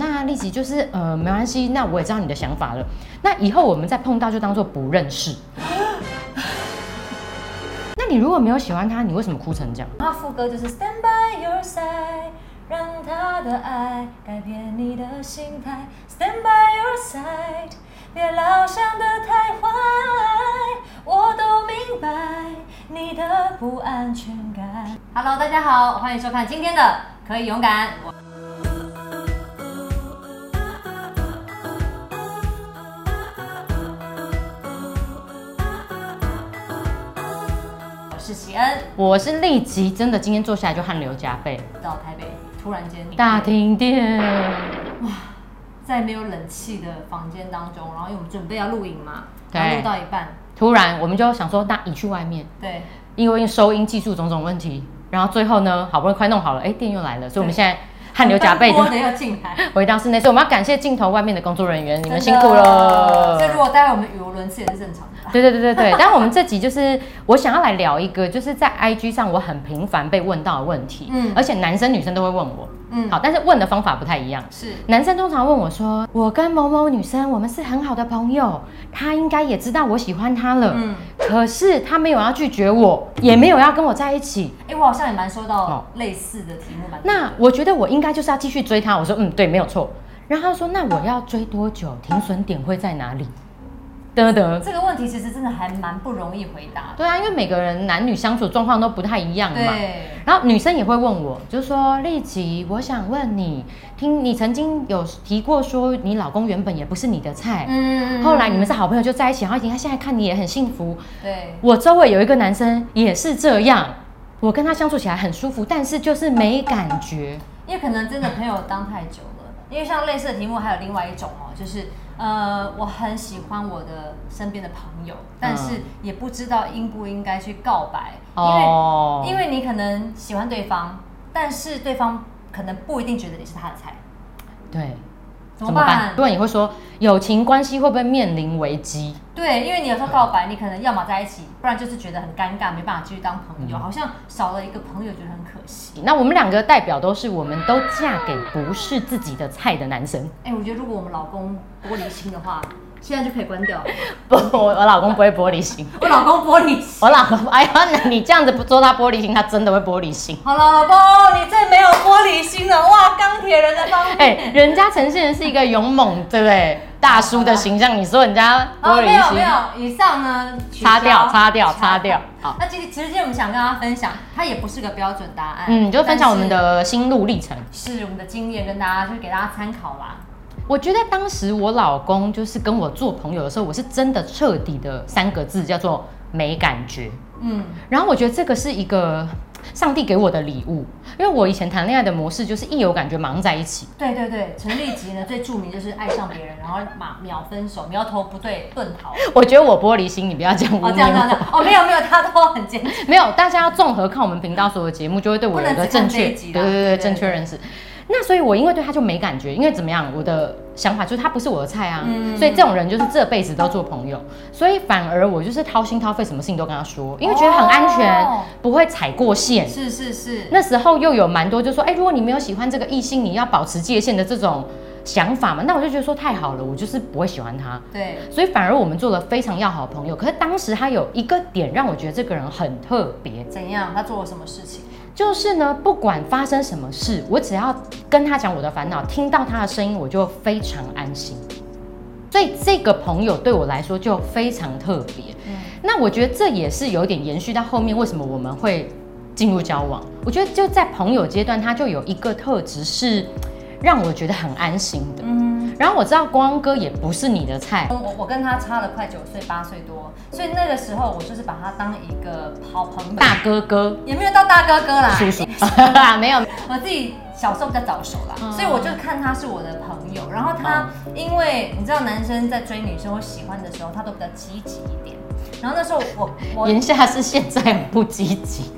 大立即就是呃，没关系，那我也知道你的想法了。那以后我们再碰到就当做不认识。那你如果没有喜欢他，你为什么哭成这样？然后副歌就是 Stand by your side，让他的爱改变你的心态。Stand by your side，别老想得太坏，我都明白你的不安全感。Hello，大家好，欢迎收看今天的《可以勇敢》。我我是喜恩，我是立即真的今天坐下来就汗流浃背，到台北，突然间大停电，在没有冷气的房间当中，然后因为我们准备要录影嘛，对然后录到一半，突然我们就想说，那你去外面，对，因为收音技术种种问题，然后最后呢，好不容易快弄好了，哎，电又来了，所以我们现在汗流浃背奔波的的要进来，回到室内，所以我们要感谢镜头外面的工作人 员，你们辛真的苦了。所以如果待会我们语无伦次也是正常的啦。对对对对对，但我们这集就是我想要来聊一个，就是在 IG 上我很频繁被问到的问题，嗯而且男生女生都会问我，嗯，好，但是问的方法不太一样。是男生通常问我说：“我跟某某女生，我们是很好的朋友，她应该也知道我喜欢她了，嗯可是她没有要拒绝我，也没有要跟我在一起。哎、我好像也蛮收哦到类似的题目，蛮多那我觉得我应该就是要继续追她。”我说：“嗯，对，没有错。”然后他说：“那我要追多久？停损点会在哪里？”得得，这个问题其实真的还蛮不容易回答的。对啊，因为每个人男女相处状况都不太一样嘛。对，然后女生也会问我，就说丽吉，我想问你，听你曾经有提过说你老公原本也不是你的菜，嗯后来你们是好朋友就在一起，然后你看现在看你也很幸福。对，我周围有一个男生也是这样，我跟他相处起来很舒服，但是就是没感觉。因为可能真的朋友当太久了。因为像类似的题目还有另外一种哦，就是呃，我很喜欢我的身边的朋友，但是也不知道应不应该去告白，哦因为因为你可能喜欢对方，但是对方可能不一定觉得你是他的菜，对，怎么办？不然你会说友情关系会不会面临危机？对，因为你有时候告白，你可能要么在一起，不然就是觉得很尴尬，没办法继续当朋友，好像少了一个朋友，觉得很可惜。那我们两个代表都是我们都嫁给不是自己的菜的男生。哎、我觉得如果我们老公玻璃心的话，现在就可以关掉。 不，我我老公不会玻璃心。我老公玻璃心。我老公， 哎呀，那你这样子不说他玻璃心，他真的会玻璃心。 好了，老公，你最没有玻璃心了，哇，钢铁人的方面。哎、人家呈现的是一个勇猛，对不对？大叔的形象，你说人家玻好，哦没璃有没心，有，以上呢，取消擦掉，擦掉，擦掉。。好，那其实其实今天我们想跟大家分享，它也不是个标准答案，嗯，就分享我们但的心路历程。是是我们的经验，跟大家就是给大家参考啦。我觉得当时我老公就是跟我做朋友的时候，我是真的彻底的三个字叫做没感觉。嗯，然后我觉得这个是一个上帝给我的礼物，因为我以前谈恋爱的模式就是一有感觉马上在一起。 对对对，陈立吉呢最著名就是爱上别人，然后马秒分手，苗头不对遁 逃。我觉得我玻璃心，你不要这样污蔑我。哦，这样这样这 样，哦，没有没有，他都很坚 持。没有，大家要综合看我们频道所有节目，就会对我有一个正确，不能只看这一集对啦对对，对正确认识。那所以，我因为对他就没感觉，因为怎么样，我的想法就是他不是我的菜啊，嗯所以这种人就是这辈子都做朋友，所以反而我就是掏心掏肺，什么事情都跟他说，因为觉得很安全，哦不会踩过线。是是是，那时候又有蛮多就说，哎、如果你没有喜欢这个异性，你要保持界限的这种想法嘛，那我就觉得说太好了，我就是不会喜欢他。对，所以反而我们做了非常要好的朋友，可是当时他有一个点让我觉得这个人很特别，怎样？他做了什么事情？就是呢，不管发生什么事，我只要跟他讲我的烦恼，听到他的声音，我就非常安心。所以这个朋友对我来说就非常特别。嗯那我觉得这也是有点延续到后面，为什么我们会进入交往？我觉得就在朋友阶段，他就有一个特质是让我觉得很安心的。嗯，然后我知道光哥也不是你的菜，我我跟他差了快九岁八岁多，所以那个时候我就是把他当一个好朋友，大哥哥、也没有到大哥哥啦，叔叔嗯 没有，我自己小时候比较早熟啦，嗯所以我就看他是我的朋友。然后他因为你知道，男生在追女生或喜欢的时候，他都比较积极一点。然后那时候我我，你言下是现在很不积极。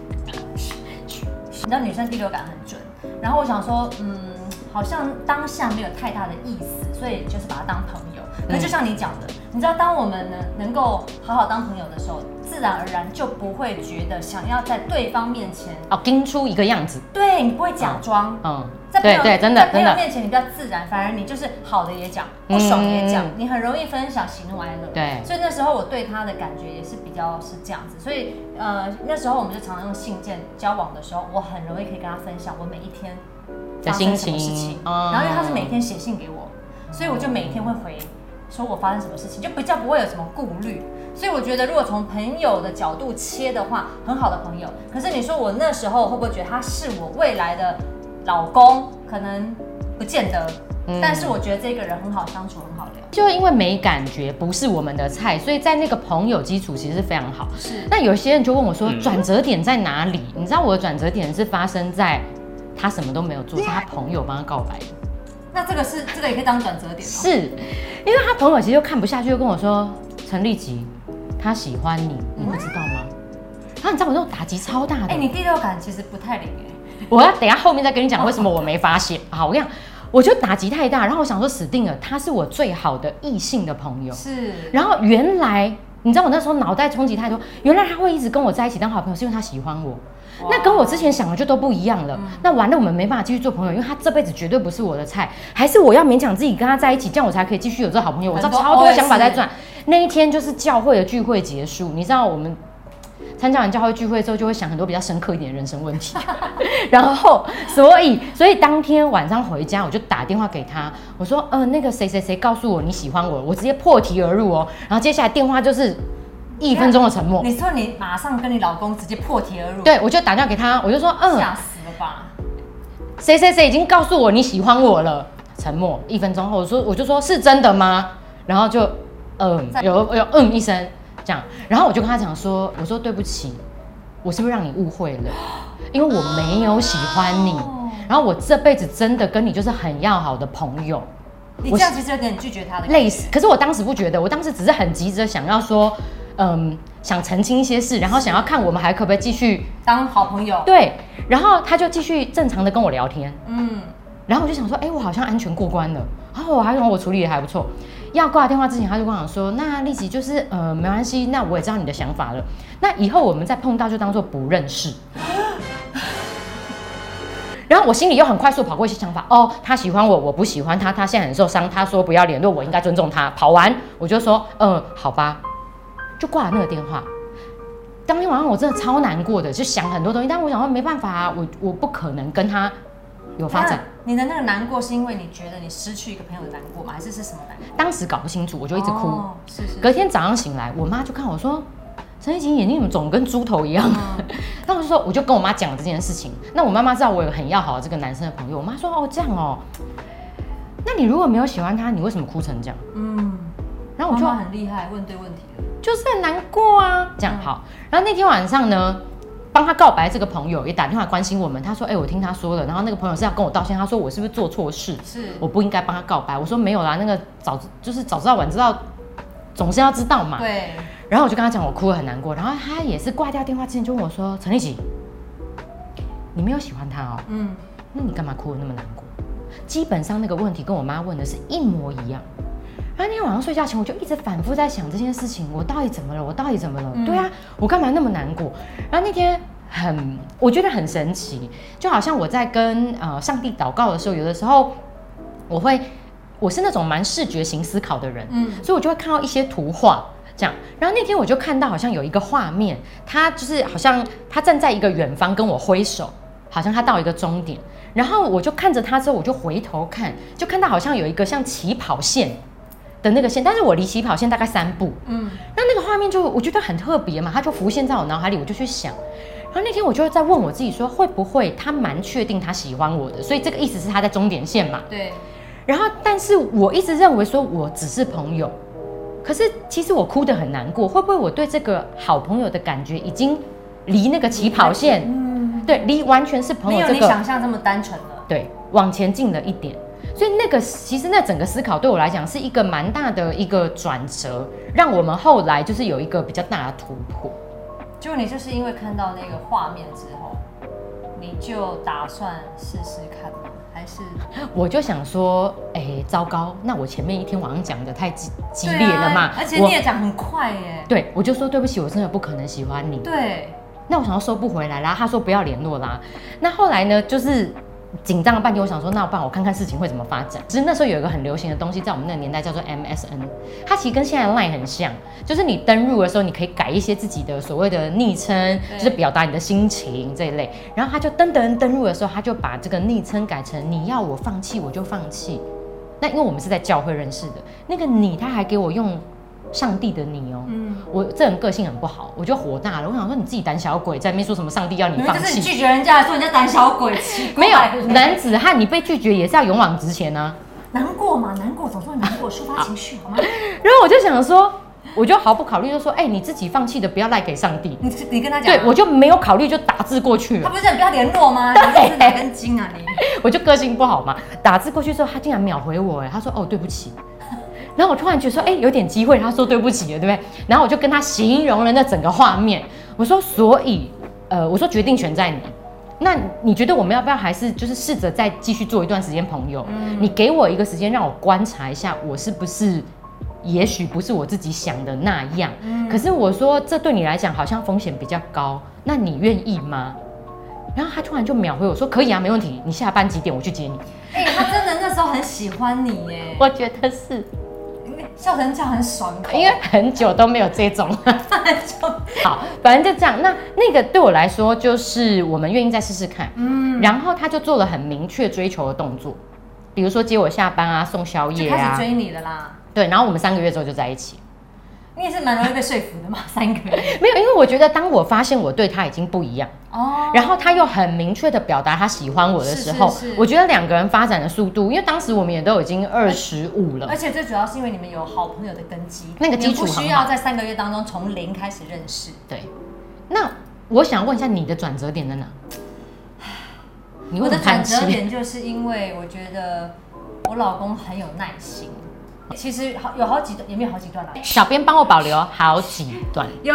知道女生第六感很准。然后我想说，嗯，好像当下没有太大的意思，所以就是把它当朋嗯友。可就像你讲的，你知道，当我们呢能够好好当朋友的时候，自然而然就不会觉得想要在对方面前，哦，盯出一个样子，对你不会假装。嗯，在朋对友对，真在的朋真友的，面前你比较自然，反而你就是好的也讲，不爽也讲，嗯你很容易分享喜怒哀乐。对所以那时候我对他的感觉也是比较是这样子，所以呃那时候我们就常常用信件交往的时候，我很容易可以跟他分享我每一天的发心生什么情事情，嗯然后因为他是每天写信给我，所以我就每天会回说我发生什么事情，就比较不会有什么顾虑。所以我觉得，如果从朋友的角度切的话，很好的朋友。可是你说我那时候会不会觉得他是我未来的老公？可能不见得，嗯但是我觉得这个人很好相处，很好聊。就因为没感觉，不是我们的菜，所以在那个朋友基础其实是非常好。是那有些人就问我说，嗯转折点在哪里？你知道我的转折点是发生在他什么都没有做，是他朋友帮他告白的。那这个是这个也可以当转折点、哦。是，因为他朋友其实就看不下去，就跟我说：“陈立吉，他喜欢你，你不知道吗？”他你知道我那种打击超大的，哎、你第六感其实不太灵哎、我要等一下后面再跟你讲为什么我没发现。好，我跟你讲，我就打击太大，然后我想说死定了，他是我最好的异性的朋友。是然后原来你知道我那时候脑袋冲击太多，原来他会一直跟我在一起当好朋友，是因为他喜欢我。那跟我之前想的就都不一样了。嗯那完了，我们没办法继续做朋友，因为他这辈子绝对不是我的菜。还是我要勉强自己跟他在一起，这样我才可以继续有这好朋友。我知道很多超多 OS 想法在转。那一天就是教会的聚会结束，你知道我们参加完教会聚会之后，就会想很多比较深刻一点的人生问题。 然后，所以，所以当天晚上回家，我就打电话给他，我说，呃，那个谁谁谁告诉我你喜欢我，我直接破题而入哦。然后接下来电话就是一分钟的沉默。你说你马上跟你老公直接破题而入，，对，我就打电话给他，我就说，嗯、吓死了吧？谁谁谁已经告诉我你喜欢我了。沉默一分钟后，我说我就说是真的吗？然后就嗯在，有有嗯一声这样，然后我就跟他讲说，我说对不起，我是不是让你误会了？因为我没有喜欢你哦，然后我这辈子真的跟你就是很要好的朋友，你我这是样其实有点拒绝他的感觉类似。可是我当时不觉得，我当时只是很急着想要说，嗯，想澄清一些事，然后想要看我们还可不可以继续当好朋友。对，然后他就继续正常的跟我聊天。嗯，然后我就想说，哎、我好像安全过关了。然后我还用我处理的还不错。要挂电话之前，他就跟我讲说，那立即就是呃，没关系，那我也知道你的想法了。那以后我们再碰到就当做不认识。然后我心里又很快速跑过一些想法，哦，他喜欢我，我不喜欢他，他现在很受伤，他说不要联络，我应该尊重他。跑完我就说，嗯，好吧，就挂了那个电话。当天晚上我真的超难过的，就想很多东西，但我想说没办法啊，我我不可能跟他有发展。那你的那个难过是因为你觉得你失去一个朋友的难过吗？还是是什么难过？当时搞不清楚，我就就一直哭。是是。隔天早上醒来，我妈就看我说：“陈怡琴眼睛怎么肿，跟猪头一样？” 那、我就说，我就跟我妈讲了这件事情。那我妈妈知道我有很要好的这个男生的朋友，我妈说：“哦，这样哦，那你如果没有喜欢他，你为什么哭成这样嗯，？”然那后我我就就很厉害，问对问题了。就是很难过啊，这样好。然后那天晚上呢，帮他告白这个朋友也打电话关心我们，他说：“哎、我听他说了。”然后那个朋友是要跟我道歉，他说我是不是做错事？是，我不应该帮他告白。我说没有啦，那个早就是早知道晚知道，总是要知道嘛。对，然后我就跟他讲，我哭得很难过。然后他也是挂掉电话之前就问我说：“陈立奇，你没有喜欢他哦，嗯，那你干嘛哭得那么难过？”基本上那个问题跟我妈问的是一模一样。然后那天晚上睡觉前，我就一直反复在想这件事情，我到底怎么了？我到底怎么了？嗯对啊，我干嘛那么难过？然后那天很，我觉得很神奇，就好像我在跟呃上帝祷告的时候，有的时候我会，我是那种蛮视觉型思考的人，嗯所以我就会看到一些图画。这样，然后那天我就看到好像有一个画面，他就是好像他站在一个远方跟我挥手，好像他到一个终点，然后我就看着他之后，我就回头看，就看到好像有一个像起跑线的那个线，但是我离起跑线大概三步，嗯，那那个画面就我觉得很特别嘛，它就浮现在我脑海里，我就去想。然后那天我就在问我自己说，会不会他蛮确定他喜欢我的，所以这个意思是他在终点线嘛？对，然后，但是我一直认为说我只是朋友，可是其实我哭得很难过，会不会我对这个好朋友的感觉已经离那个起跑线，嗯，对，离完全是朋没友有这你个想象这么单纯了。对往前进了一点。所以那个其实那整个思考对我来讲是一个蛮大的一个转折，让我们后来就是有一个比较大的突破。就你就是因为看到那个画面之后，你就打算试试看吗？还是我就想说，哎、糟糕，那我前面一天晚上讲的太激激对烈了嘛，啊，而且我你也讲很快耶，对我就说对不起，我真的不可能喜欢你。对，那我想要收不回来啦，他说不要联络啦。那后来呢，就是紧张了半天，我想说，那我办我看看事情会怎么发展。其实那时候有一个很流行的东西，在我们那个年代叫做 MSN，它其实跟现在的 LINE 很像，就是你登入的时候，你可以改一些自己的所谓的昵称，对就是表达你的心情这一类。然后他就登登登入的时候，他就把这个昵称改成你要我放弃我就放弃。那因为我们是在教会认识的，那个你他还给我用上帝的你哦、嗯，我这人个性很不好，我就火大了。我想说你自己胆小鬼，在那边说什么上帝要你你们放就是你弃？拒绝人家，说人家胆小鬼，奇怪没有对不对男子汉，你被拒绝也是要勇往直前啊。难过嘛，难过，总是会难过，抒发情绪 好吗？然后我就想说，我就毫不考虑就说，哎、你自己放弃的不要赖给上帝。你你跟他讲啊，对，我就没有考虑就打字过去他了，不是叫你不要联络吗？你对这是哪根筋啊你？ 我就个性不好嘛，打字过去之后，他竟然秒回我、哎，他说哦对不起。 然后我突然觉得说，哎、有点机会，他说对不起了，对不对？然后我就跟他形容了那整个画面，我说，所以，呃，我说决定权在你。那你觉得我们要不要还是就是试着再继续做一段时间朋友？你给我一个时间让我观察一下，我是不是，也许不是我自己想的那样。可是我说这对你来讲好像风险比较高，那你愿意吗？然后他突然就秒回我说可以啊，没问题，你下班几点我去接你。哎、他真的那时候很喜欢你耶，我觉得是笑成这样很爽口，因为很久都没有这种。 就好，反正就这样。那那个对我来说，就是我们愿意再试试看。嗯，然后他就做了很明确追求的动作，比如说接我下班啊，送宵就夜开始啊，追你了啦。对。然后我们三个月之后就在一起。你也是蛮容易被说服的嘛，三个人没有，因为我觉得当我发现我对他已经不一样，哦，然后他又很明确的表达他喜欢我的时候，是是是我觉得两个人发展的速度，因为当时我们也都已经二十五了而，且最主要是因为你们有好朋友的根基，嗯那个基础你们不需很要好在三个月当中从零开始认识。对。那我想问一下，你的转折点在哪？你我为什的么转叹折气？点就是因为我觉得我老公很有耐心。其实好有好几段，也没有好几段啦，小编帮我保留哦好几段。有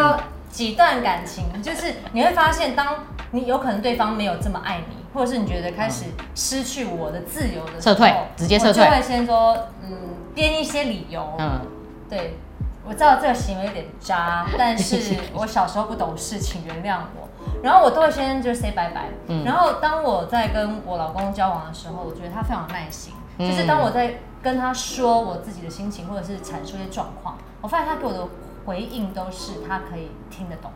几段感情，就是你会发现，当你有可能对方没有这么爱你，或者是你觉得开始失去我的自由的时嗯撤候，退直接撤退我就会先说，嗯，编一些理由，嗯，对，我知道这个行为有点渣，但是是我小时候不懂事，请原谅我。然后我都会先就是 say 拜拜。嗯然后当我在跟我老公交往的时候，我觉得他非常有耐心，就是当我在跟他说我自己的心情或者是阐述一些状况，我发现他给我的回应都是他可以听得懂。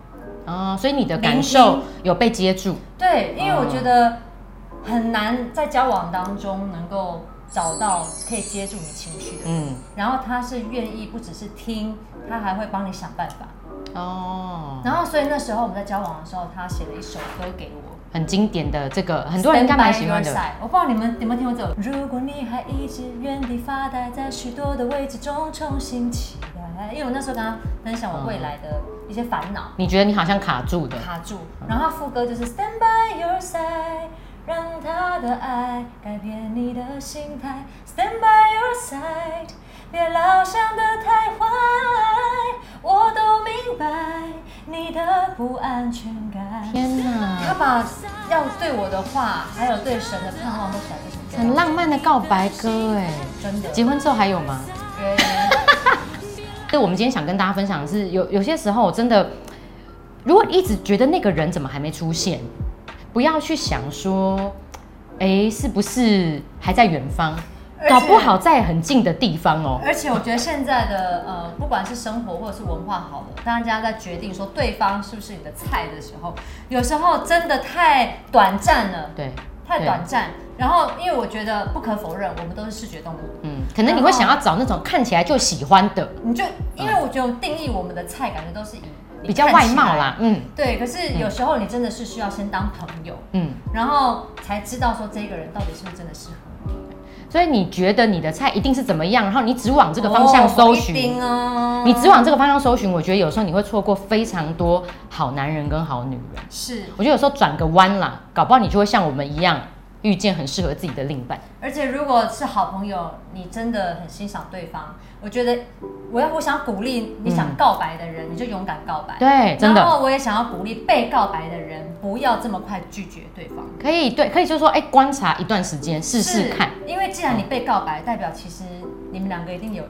哦，所以你的感受有被接住，对，因为我觉得很难在交往当中能够找到可以接住你情绪的人。嗯，然后他是愿意不只是听，他还会帮你想办法。哦，然后，所以那时候我们在交往的时候，他写了一首歌给我，很经典的这个，很多人应该蛮喜欢 Stand 的 by your。side 我不知道你们有没有听过这首。如果你还一直原地发呆，在许多的未知中重新起来，因为我那时候跟他分享我未来的一些烦恼你觉得你好像卡住嗯的，卡住，然后他副歌就是 Stand by your side，让他的爱改变你的心态，Stand by your side，别老想得太坏，我都明白你的不安全感。天哪，他把要对我的话，还有对神的盼望都写在这首歌很里，浪漫的告白歌哎。真的。结婚之后还有吗？对，我们今天想跟大家分享的是，有有些时候我真的，如果一直觉得那个人怎么还没出现，不要去想说，哎，是不是还在远方？而且搞不好在很近的地方哦。而且我觉得现在的呃，不管是生活或者是文化好了，大家在决定说对方是不是你的菜的时候，有时候真的太短暂了，对，太短暂。然后，因为我觉得不可否认，我们都是视觉动物，嗯，可能你会想要找那种看起来就喜欢的，你就因为我觉得我定义我们的菜，感觉都是以嗯比较外貌。啦，嗯你看起来对，可是有时候你真的是需要先当朋友，嗯。然后才知道说这个人到底是不是真的适合你。所以你觉得你的菜一定是怎么样，然后你只往这个方向搜寻，哦你只往这个方向搜寻，我觉得有时候你会错过非常多好男人跟好女人。是我觉得有时候转个弯啦，搞不好你就会像我们一样。遇见很适合自己的另一半。而且如果是好朋友，你真的很欣赏对方，我觉得我要我想鼓励你想告白的人，你就勇敢告白。对，真然的后我也想要鼓励被告白的人，不要这么快拒绝对方，可以对，可以就是说，哎、观察一段时间，试试看，是。因为既然你被告白，代表其实你们两个一定有，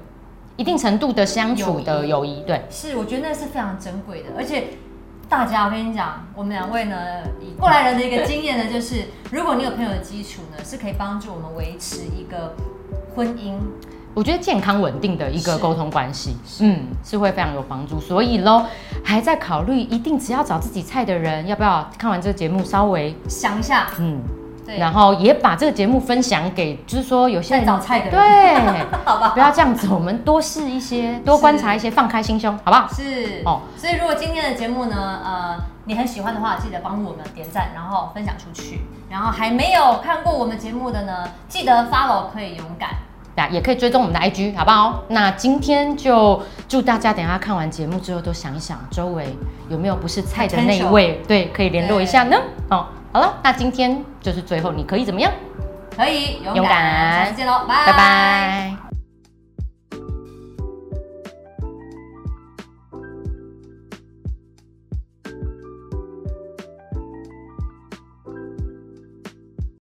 一定程度的相处的友谊，对，是我觉得那是非常珍贵的，而且。大家，我跟你讲，我们两位呢，以过来人的一个经验呢，就是如果你有朋友的基础呢，是可以帮助我们维持一个婚姻我觉得健康稳定的一个是沟通关系，嗯，是会非常有帮助。所以喽，还在考虑一定只要找自己菜的人，要不要看完这个节目稍微想一下，嗯，对，然后也把这个节目分享给，就是说有些在人找菜的人，对， 好吧，不要这样子，我们多试一些，多是观察一些，放开心胸，好不好？是哦哦。所以如果今天的节目呢，呃，你很喜欢的话，记得帮我们点赞，然后分享出去。然后还没有看过我们节目的呢，记得 follow 可以勇敢。那也可以追踪我们的 IG，好不好？那今天就祝大家等一下看完节目之后，都想一想周围有没有不是菜的那一位，对，可以联络一下呢。哦，好了，那今天就是最后，你可以怎么样？可以勇敢，勇敢下次见喽，拜拜